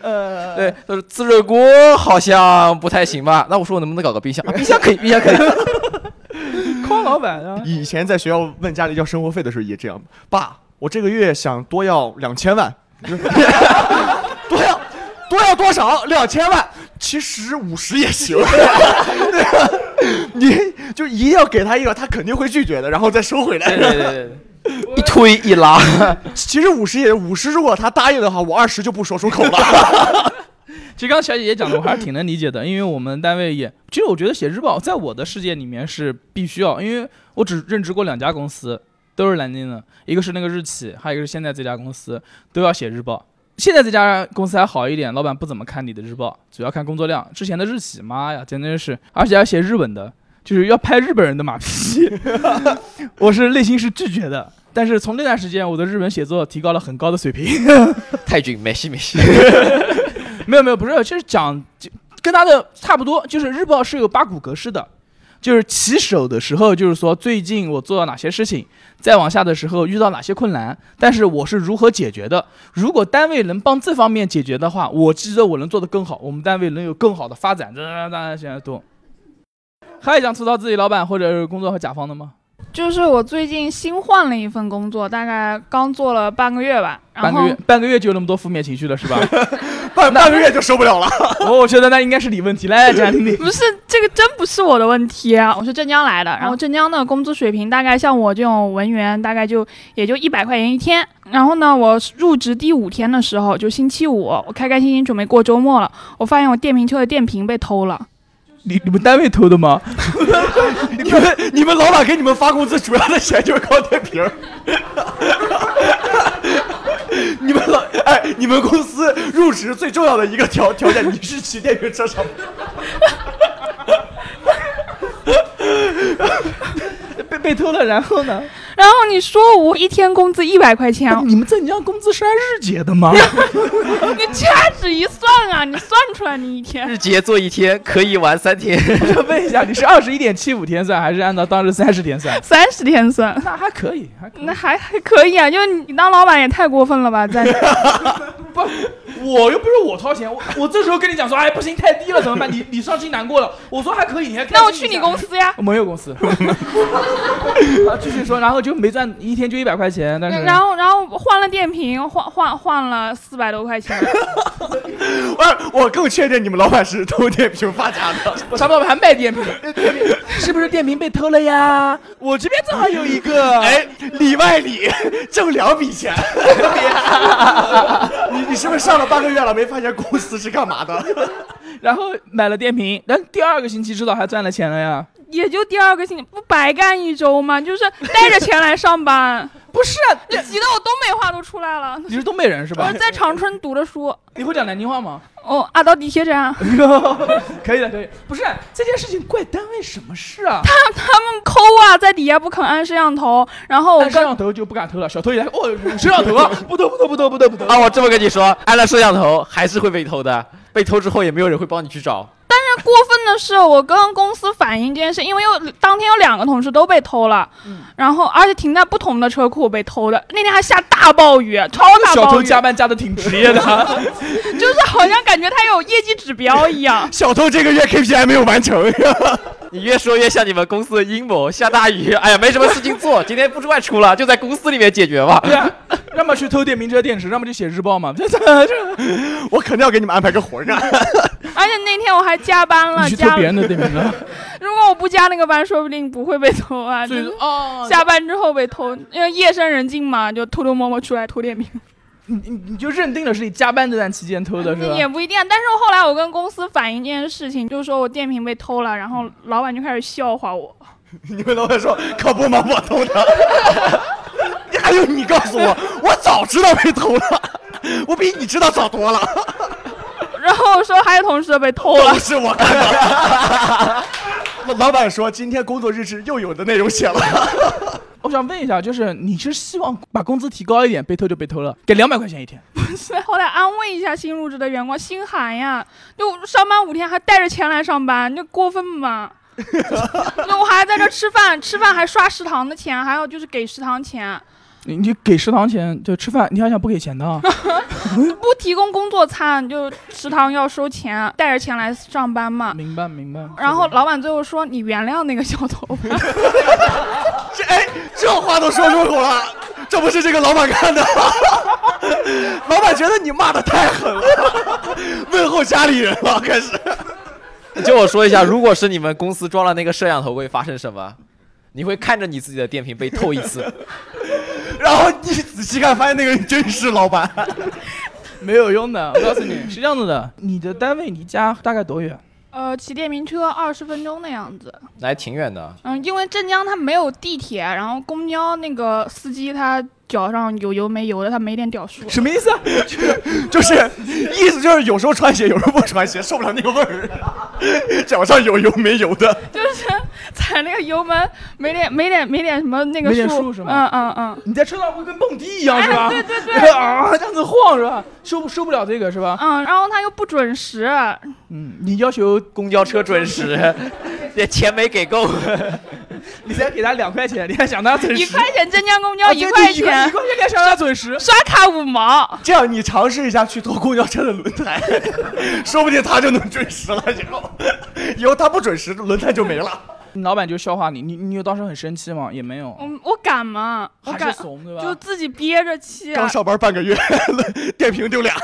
呃，对，他说自热锅好像不太行吧？那我说我能不能搞个冰箱？啊、冰箱可以，冰箱可以。 匡老板啊，啊以前在学校问家里要生活费的时候也这样，爸。我这个月想多要两千 万，多要多要多少？两千万，其实五十也 行。你就一定要给他一个，他肯定会拒绝的，然后再收回来。对对对对 对，一推一拉，其实五十也五十，50如果他答应的话，我二十就不说出口 了。其实刚刚小姐姐讲的，我还是挺能理解的，因为我们单位也，其实我觉得写日报在我的世界里面是必须要，因为我只任职过两家公司，都是南京的，一个是那个日企，还有一个是现在这家公司，都要写日报。现在这家公司还好一点，老板不怎么看你的日报，主要看工作量。之前的日企，妈呀，简直是，而且要写日本的，就是要拍日本人的马屁， 我是内心是拒绝的。但是从那段时间，我的日本写作提高了很高的水平。 太君没戏没戏。没有没有，不是，就是讲就跟他的差不多，就是日报是有八股格式的，就是起手的时候就是说最近我做了哪些事情，再往下的时候遇到哪些困难，但是我是如何解决的。如果单位能帮这方面解决的话，我记得我能做得更好，我们单位能有更好的发展。哒哒哒，现在都。还有想吐槽自己老板或者是工作和甲方的吗？就是我最近新换了一份工作，大概刚做了半个月吧，然半个后月，半个月就有那么多负面情绪了，是吧？半半个月就受不了了。我我觉得那应该是你问题。来，讲听听。不是哎这个真不是我的问题啊，我是镇江来的，哦然后镇江的工资水平大概像我这种文员，大概就也就一百块钱一天。然后呢，我入职第五天的时候，就星期五，我开开心心准备过周末了，我发现我电瓶车的电瓶被偷了。你你们单位偷的吗？你们你们老板给你们发工资，主要的钱就是靠电瓶儿。 你们老哎，你们公司入职最重要的一个条条件，你是骑电瓶车 上班。被被偷了，然后呢？然后你说我一天工资一百块钱，你们镇江工资是按日结的吗？ 你掐指一算啊，你算出来你一天。？日结做一天可以玩三天，就问一下，你是二十一点七五天算，还是按照当时三十天算三十天算，那还可以，还可以那还还可以啊，就是你当老板也太过分了吧， 在我又不是我掏钱，我我这时候跟你讲说，哎，不行，太低了，怎么办？你你伤心难过了。我说还可以，你还那我去你公司。司呀。我没有公司， 啊，继续说，然后就没赚一天就一百块钱，但是然后，然后换了电瓶，换换换了四百多块钱，哎我我更确定你们老板是偷电瓶发家的。 我上班还卖电瓶，电瓶是不是电瓶被偷了呀？ 我这边正好有一个，哎，里外里挣两笔 钱。你你是不是上了半个月了，没发现公司是干嘛的？。然后买了电瓶，但第二个星期知道还赚了钱了呀。也就第二个星期，不白干一周吗？就是带着钱来上班， 不是啊，你急得我东北话都出来了。你是东北人是吧我？在长春读的书， 你会讲南京 话吗？哦，阿到底铁站，可以的，可以。不是这件事情怪单位什么事啊？他们抠啊，在底下不肯按摄像头，然后我按摄跟像头就不敢偷了，小偷一来，哦，有摄像头啊，不偷不偷不偷不偷不偷。啊，我这么跟你说，按了摄像头还是会被偷的，被偷之后也没有人会帮你去找。过分的是，我跟公司反映这件事，因为有当天有两个同事都被偷了，嗯然后而且停在不同的车库被偷的。那天还下大暴雨，超大小暴偷雨，加班加的挺职业的啊， 就是好像感觉他有业绩指哎标一样 小偷这个月 KPI 没有完成。你越说越像你们公司的阴谋。下大雨，哎呀，没什么事情 做，今天不出外出了，就在公司里面解决吧。对啊，要么去偷电瓶车电池，要么就写日报嘛。 这这这，我肯定要给你们安排个活儿干。而且那天我还加班了，你去偷加别人的电瓶车， 如果我不加那个班，说不定不会被偷啊。所就以是说哦，下班之后被偷，因为夜深人静嘛，就偷偷摸摸出来偷电瓶。你你你就认定了是你加班这段期间偷的是啊那也吧？不一定。啊但是后来我跟公司反映这件事情，就是说我电瓶被偷了，然后老板就开始笑话我。 你们老板说可不嘛，我偷的。 还有你告诉我，我早知道被偷了，我比你知道早多了，然后说还有同事被偷了都，是 我干的。老板说今天工作日志又有的内容写了，我想问一下，就是你是希望把工资提高一点，被偷就被偷了，给两百块钱一天，后来安慰一下新入职的员工，心寒呀，就上班五天还带着钱来上班，就过 分嘛。那我还在这吃饭，吃饭还刷食堂的钱，还有就是给食堂钱，你你给食堂钱就吃饭，你还想不给钱的啊？ 不提供工作餐，就食堂要收钱，带着钱来上班嘛。明白明白。然后老板最后说：“ 你原谅那个小偷吧。这哎，这话都说出口了。这不是这个老板干的， 老板觉得你骂的太狠了，问候家里人了，开始。就我说一下，如果是你们公司装了那个摄像头，会发生什么？你会看着你自己的电瓶被透一次， 然后你仔细看，发现那个人 真是老板。 没有用的。我告诉你，是这样子的，你的单位离家大概多远？呃，骑电瓶车二十分钟的样子。那还挺远的。嗯，因为镇江它没有地铁，然后公交那个司机他脚上有油没油的，他没点屌数。什么意思啊？就是意思就是有时候穿鞋，有时候不穿鞋，受不了那个味儿，脚上有油没油的。就是踩那个油门没点没点没点什么那个没点数是吗嗯嗯嗯，哎你在车上会跟蹦迪一样是吧？对对对， 啊，这样子晃是吧？受不受不了这个是吧？嗯，然后他又不准时，嗯，你要求公交车准时，连钱没给够。 你才给他两块钱，你还想他准时？一块钱镇江公啊交对对块一块钱一，块钱还想他准时？刷卡五毛。这样你尝试一下去偷公交车的轮胎，说不定他就能准时了。以后， 以后他不准时，轮胎就没了。你 老板就笑话你，你你有当时很生气吗？也没有，我我敢吗？我还是敢，怂对吧？就自己憋着气、啊刚。上班半个月， 电瓶丢俩。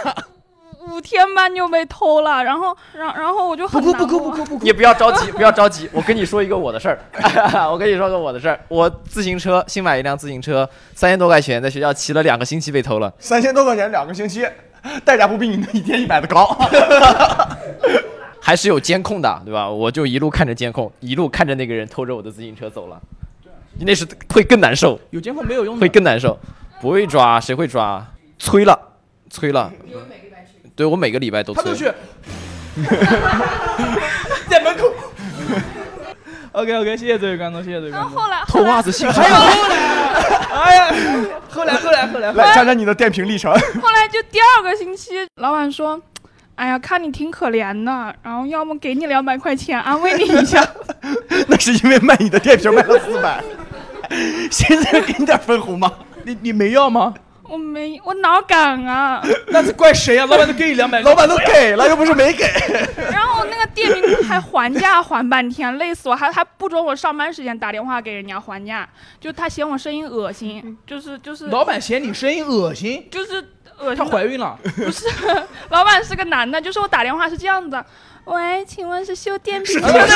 五天班就被偷了，然后，然然后我就很难过哭不哭也不要着急，不要着急。我跟你说一个我的事儿， 我跟你说个我的事儿。我自行车新买一辆自行车，三千多块钱，在学校骑了两个星期被偷了。三千多块钱两个星期，代价不比你那一天一百的 高。还是有监控的，对吧？我就一路看着监控，一路看着那个人偷着我的自行车走了，那是会更难受， 有监控没有用的，会更难受。不会抓，谁会抓？催了，催了。对我每个礼拜都他催 就。去，在门口。OK OK，谢谢 这位观众，谢谢这位然观后众。后来，偷后袜来，子信还有 哎呀，后来后来后来，来讲讲你的电瓶历程。 后来就第二个星期，老板说：“哎呀，看你挺可怜的，然后要么给你两百块钱安慰你一 下。那是因为卖你的电瓶卖了四百， 现在给你点分红吧。你你没要吗？”我没，我哪敢啊！ 那是怪谁啊？老板都给你两百， 老板都给了，又不是没给。然后那个店名还还价还半天，累死我！还还不准我上班时间打电话给人家还价，就他嫌我声音恶嗯心，就是就是老板嫌你声音恶心，就是恶她心。怀孕了。 不是， 老板是个男的，就是我打电话是这样子的，喂，请问是修电瓶车的？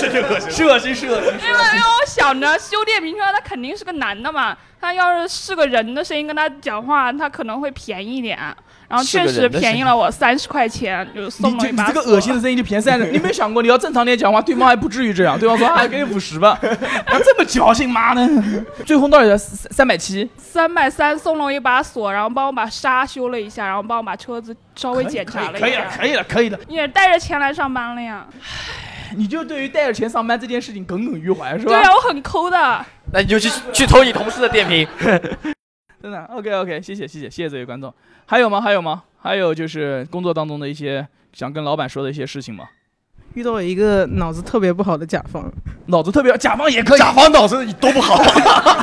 是恶心，是恶心。因为因为我想着修电瓶车他肯定是个男的嘛，他要是是个人的声音跟他讲话，他可能会便宜一点。然后是确个人的实便宜了我三十块钱，就你送就了一你把这锁。个恶心的声音就便宜三十，你有没有想过你要正常点讲话，对方还不至于这样，对方说啊给你五 十吧，啊这么矫情，妈的！最后到底三三百七，三百三送了我一把锁，然后帮我把刹修了一下，然后帮我把车子稍微检查了可一以下了，。可以了，可以了。也带着钱来上班了呀，你就对于带着钱上班这件事情耿耿于怀是对啊吧呀、？我很抠的。那你就去去偷你同事的电瓶。 真的，OK OK，谢谢谢谢谢谢这位观众。还有吗？还有吗？还有就是工作当中的一些想跟老板说的一些事情吗？ 遇到了一个脑子特别不好的甲方，脑子特别，甲方也可以，甲方脑子都不好，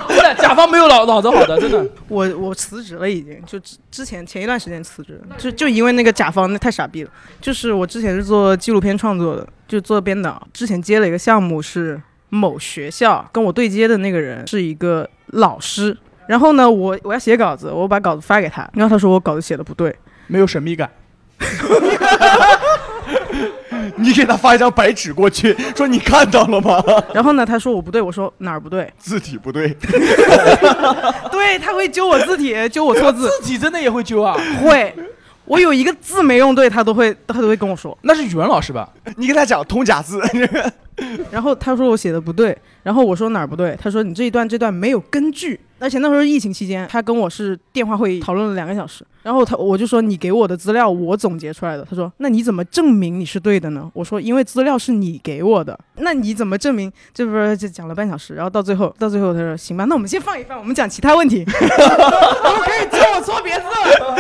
真的，甲方没有脑脑子好的，真的。我我辞职了，已经就之之前前一段时间辞职，就就因为那个甲方那太傻逼了。就是我之前是做纪录片创作的，就做编导，之前接了一个项目是某学校，跟我对接的那个人是一个老师。然后呢，我我要写稿子，我把稿子发给他，然后他说我稿子写的不对，没有神秘感， 你给他发一张白纸过去，说你看到了吗？ 然后呢，他说我不对，我说哪儿不对？字体不对，对他会揪我字体，揪我错字，自己真的也会揪啊？会，我有一个字没用对，他都会他都会跟我说。那是语文老师吧？你给他讲通假字， 然后他说我写的不对，然后我说哪儿不对，他说你这一段这段没有根据，而且那时候疫情期间，他跟我是电话会议讨论了两个小时，然后他我就说你给我的资料我总结出来的，他说那你怎么证明你是对的呢？我说因为资料是你给我的，那你怎么证明？这不是就讲了半小时，然后到最后到最后他说行吧，那我们先放一放，我们讲其他问题， 我们可以接我错别字了，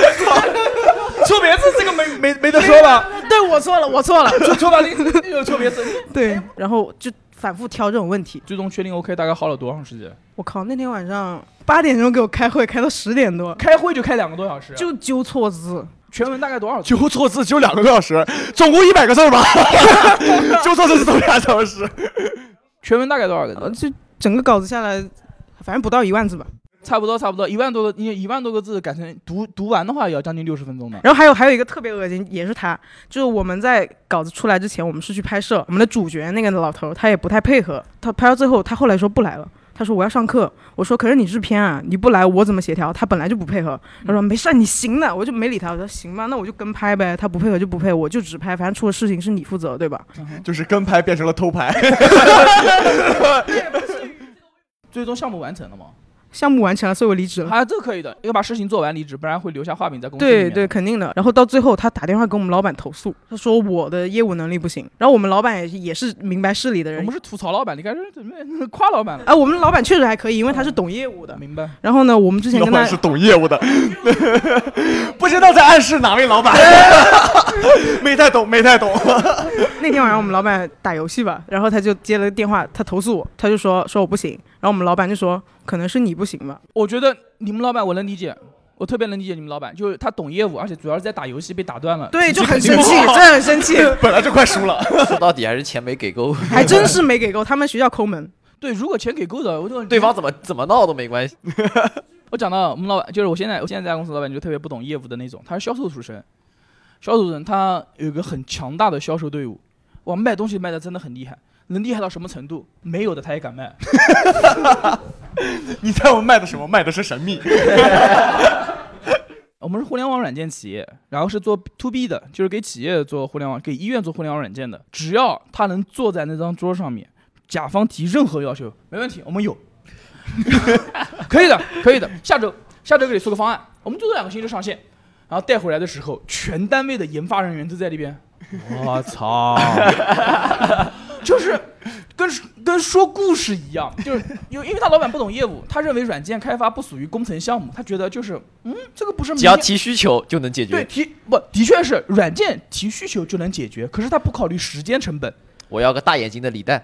错别字这个没没没得说吧？ 对我错了，我 错了，错错吧， 你你有错别哎字。对，然后就反复挑这种问题，最终确定 OK，大概耗了多长时间？我靠，那天晚上八点钟给我开会，开到十点多，开会就开两个多小时，啊就纠错字。全文大概 多少？纠错字纠两个多小时，总共一百个字儿 吧，纠错字总俩小时。全文大概多少个呃，字？就整个稿子下来，反正不到一万字吧。差不多差不多，一万多个，你一万多个字改成读读完的话， 也要将近六十分 钟呢。然后还有还有一个特别恶心，也是他，就是我们在稿子出来之前，我们是去拍摄，我们的主角那个老头他也不太配合，他拍到最后，他后来说不来了。他说我要上课，我说可是你制片啊，你不来我怎么协调？他本来就不配合，他说没事儿，你行的，我就没理他，我说行吧，那我就跟拍呗，他不配合就不配，我就只拍，反正出了事情是你负责对吧？就是跟拍变成了偷拍。 最终项目完成了吗？项目完成了，所以我离职了。啊，这个可以的，要把事情做完离职，不然会留下画饼在公司里面对对，肯定的。然后到最后，他打电话跟我们老板投诉，他说我的业务能力不行。然后我们老板也是也是明白事理的人，我们是吐槽老板，你该是准备夸老板了。嗯啊，我们老板确实还可以，因为他是懂业务的。明白。然后呢，我们之前老跟他板是懂业务的，不知道在暗示哪位老板， 没太懂，没太懂。 那天晚上我们老板打游戏吧，然后他就接了个电话，他投诉我，他就说说我不行。然后我们老板就说可能是你不行吧。我觉得你们老板我能理解，我特别能理解你们老板，就是他懂业务，而且主要是在打游戏被打断了，对，脾气就很肯定生不气，好真的很生 气，本来就快输了，说到底还是钱没给够，还真是没给够。他们学校抠门，对，如果钱给够的，我就对 方怎么怎么闹都没关系。我讲到我们老板，就是我现在我现在在公司老板就特别不懂业务的那种，他是销售出身，销售出身他有一个很强大的销售队伍，哇，卖东西卖的真的很厉害，能厉害到什么程度？没有的他也敢卖。 你猜我们卖的什么？卖的是神秘。 我们是互联网软件企业，然后是做 to B 的，就是给企业做互联网，给医院做互联网软件的。只要他能坐在那张桌上面，甲方提任何要求，没问题，我们有，可以的， 可以的。下周下周给你出个方案，我们就这两个星期就上线。然后带回来的时候，全单位的研发人员都在那边，我操！就是跟跟说故事一样，就是因为因为他老板不懂业务，他认为软件开发不属于工程项目，他觉得就是嗯，这个不是 只要明天提需求就能解对决。提 不的确是软件提需求就能解决，可是他不考虑时间成本。我要个大眼睛的李 诞，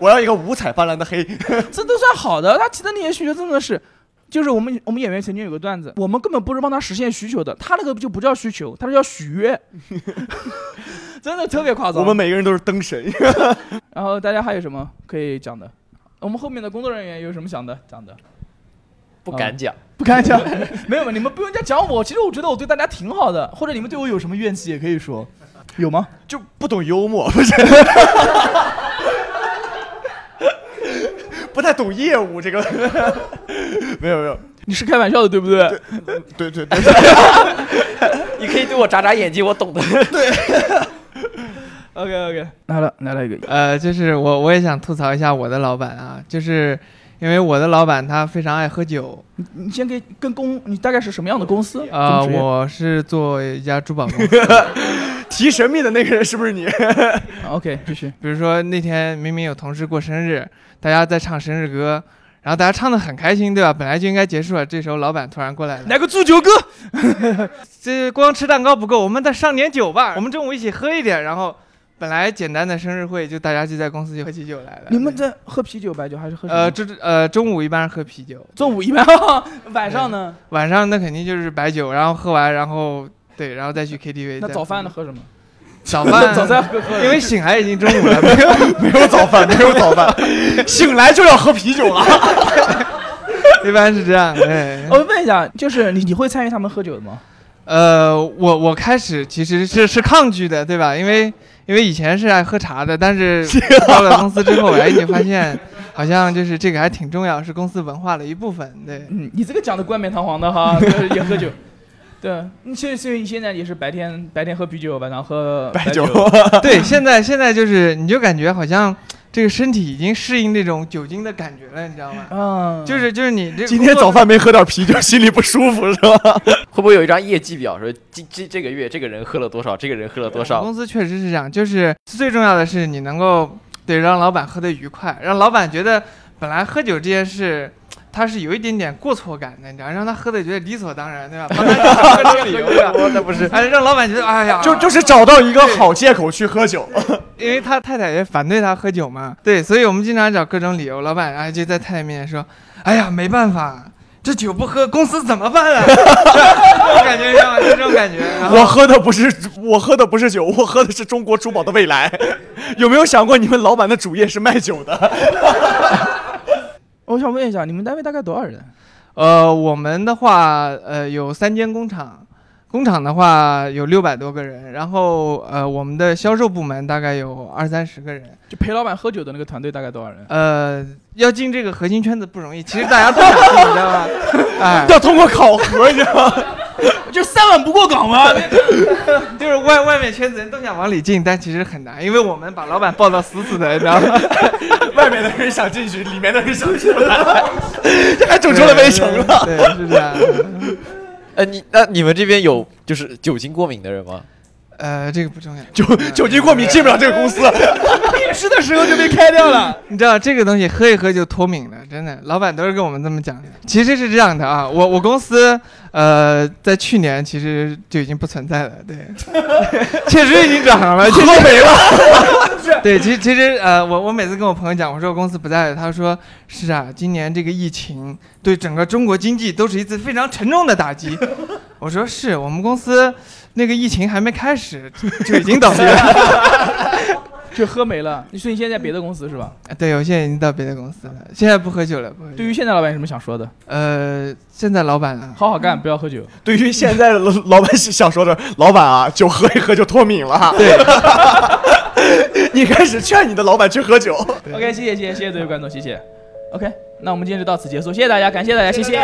我要一个五彩斑斓的黑。这都算好的。他提的那些需求真的是，就是我们我们演员曾经有个段子，我们根本不是帮他实现需求的，他那个就不叫需求，他是叫许愿， 真的特别夸张。我们每个人都是灯神。 然后大家还有什么可以讲的？我们后面的工作人员有什么想的讲的？不敢讲。不嗯敢讲， 没有没有，你们不用再讲我。其实我觉得我对大家挺好的，或者你们对我有什么怨气也可以说，有吗？就不懂幽默， 不是？不太懂业务这个，没有没有， 你是开玩笑的，对不对？对对对， 你可以对我眨眨眼睛，我懂的。 OK OK，来了来了一个，呃，就是我我也想吐槽一下我的老板啊，就是因为我的老板他非常爱喝酒，你你先给跟公，你大概是什么样的公司啊、嗯什么职业我是做一家珠宝公 司，提神秘的那个人是不是你？啊 OK 继续，比如说那天明明有同事过生日，大家在唱生日歌，然后大家唱的很开心，对吧？本来就应该结束了，这时候老板突然过来了，来个祝酒歌， 这光吃蛋糕不够，我们再上点酒吧，我们中午一起喝一点，然后。本来简单的生日会，就大家就在公司就喝起酒来了。你们在喝啤酒、白酒还是喝什么？呃，这呃中午一般是喝啤酒，中 午一般，晚上呢？晚上那肯定就是白酒，然后喝完，然后对，然后 再去 KTV 再喝。那早饭呢？喝什么？早饭 早餐喝喝。因为醒来已经中午了，没有 没有早饭，没有早 饭，醒来就要喝啤酒了。一般是这样。哎哎对，我问一下，就是你你会参与他们喝酒的吗？呃，我我开始其实是是抗拒的，对吧？因为因为以前是爱喝茶的，但 是到了公司之后，哎，你发现好像就是这个还挺重要，是公司文化的一部分。对，嗯，你这个讲的冠冕堂皇的哈，就是也喝酒。对，你所以所以你现在也是白天白天喝啤酒，晚上喝白酒。哎对，现在现在就是你就感觉好像这个身体已经适应这种酒精的感觉了，你知道吗？啊，就是就是你 这个今天工作早饭没喝点啤酒，心里不舒服是吧？会不会有一张业绩表，说这这这个月这个人喝了多少，这个人喝了我多们 少？公司确实是这样，就是最重要的是你能够对让老板喝得愉快，让老板觉得本来喝酒这件事。他是有一点点过错感的，你知道，让他喝的觉得理所当然，对吧？帮他找个这个理由，对吧那不是哎，让老板觉得，哎呀，就就是找到一个好借口去喝酒。因为他太太也反对他喝酒嘛，对，所以我们经常找各种理由，老板哎就在太太面前说，哎呀，没办法，这酒不喝，公司怎么办啊？ 我感觉你知道吗？就这种感觉。然后我喝的不是我喝的不是酒，我喝的是中国珠宝的未来。有没有想过你们老板的主业是卖酒的？我想问一下，你们单位大概多少人？呃，我们的话，呃，有三间工厂，工厂的话有六百多个人，然后呃，我们的销售部门大概有二三十个人。就陪老板喝酒的那个团队大概多少人？呃，要进这个核心圈子不容易，其实大家都想进，你 知道吧？哎，要通过考核，你知道吗？就三碗不过 岗嘛，就是外外面圈子人都想往里进，但其实很难，因为我们把老板抱到死死的，你知道吗？ 外面的人想进去，里面的人想出来，这还整整出了围城了。对，是这样。 呃，你那你们这边有就是酒精过敏的人吗？ 呃，这个不重要。酒酒精过敏进不了这个公司。面试的时候就被开掉了。 你知道这个东西喝一喝就脱敏了，真的，老板都是跟我们这么讲的。其实是这样的啊，我我公司呃在去年其实就已经不存在了， 对，确实已经转行了，确实喝没了。 对，其实其实呃，我我每次跟我朋友讲，我说我公司不在了，他说是啊，今年这个疫情对整个中国经济都是一次非常沉重的打击。我说是我们公司那个疫情还没开始就已经倒闭了。就喝没了。你说你现在在别的公司是吧？对，我现在已经到别的公司了，现在不喝酒了，不喝酒。对于现在老板有什么想说的？呃，现在老板啊，好好干，不要喝酒。对于现在的老老板想说的，老板啊，酒喝一喝就脱敏了。对， 你开始劝你的老板去喝酒。 OK，谢谢谢谢谢谢各位观众，谢谢。OK，那我们今天就到此结束，谢谢大家，感谢大家，谢谢。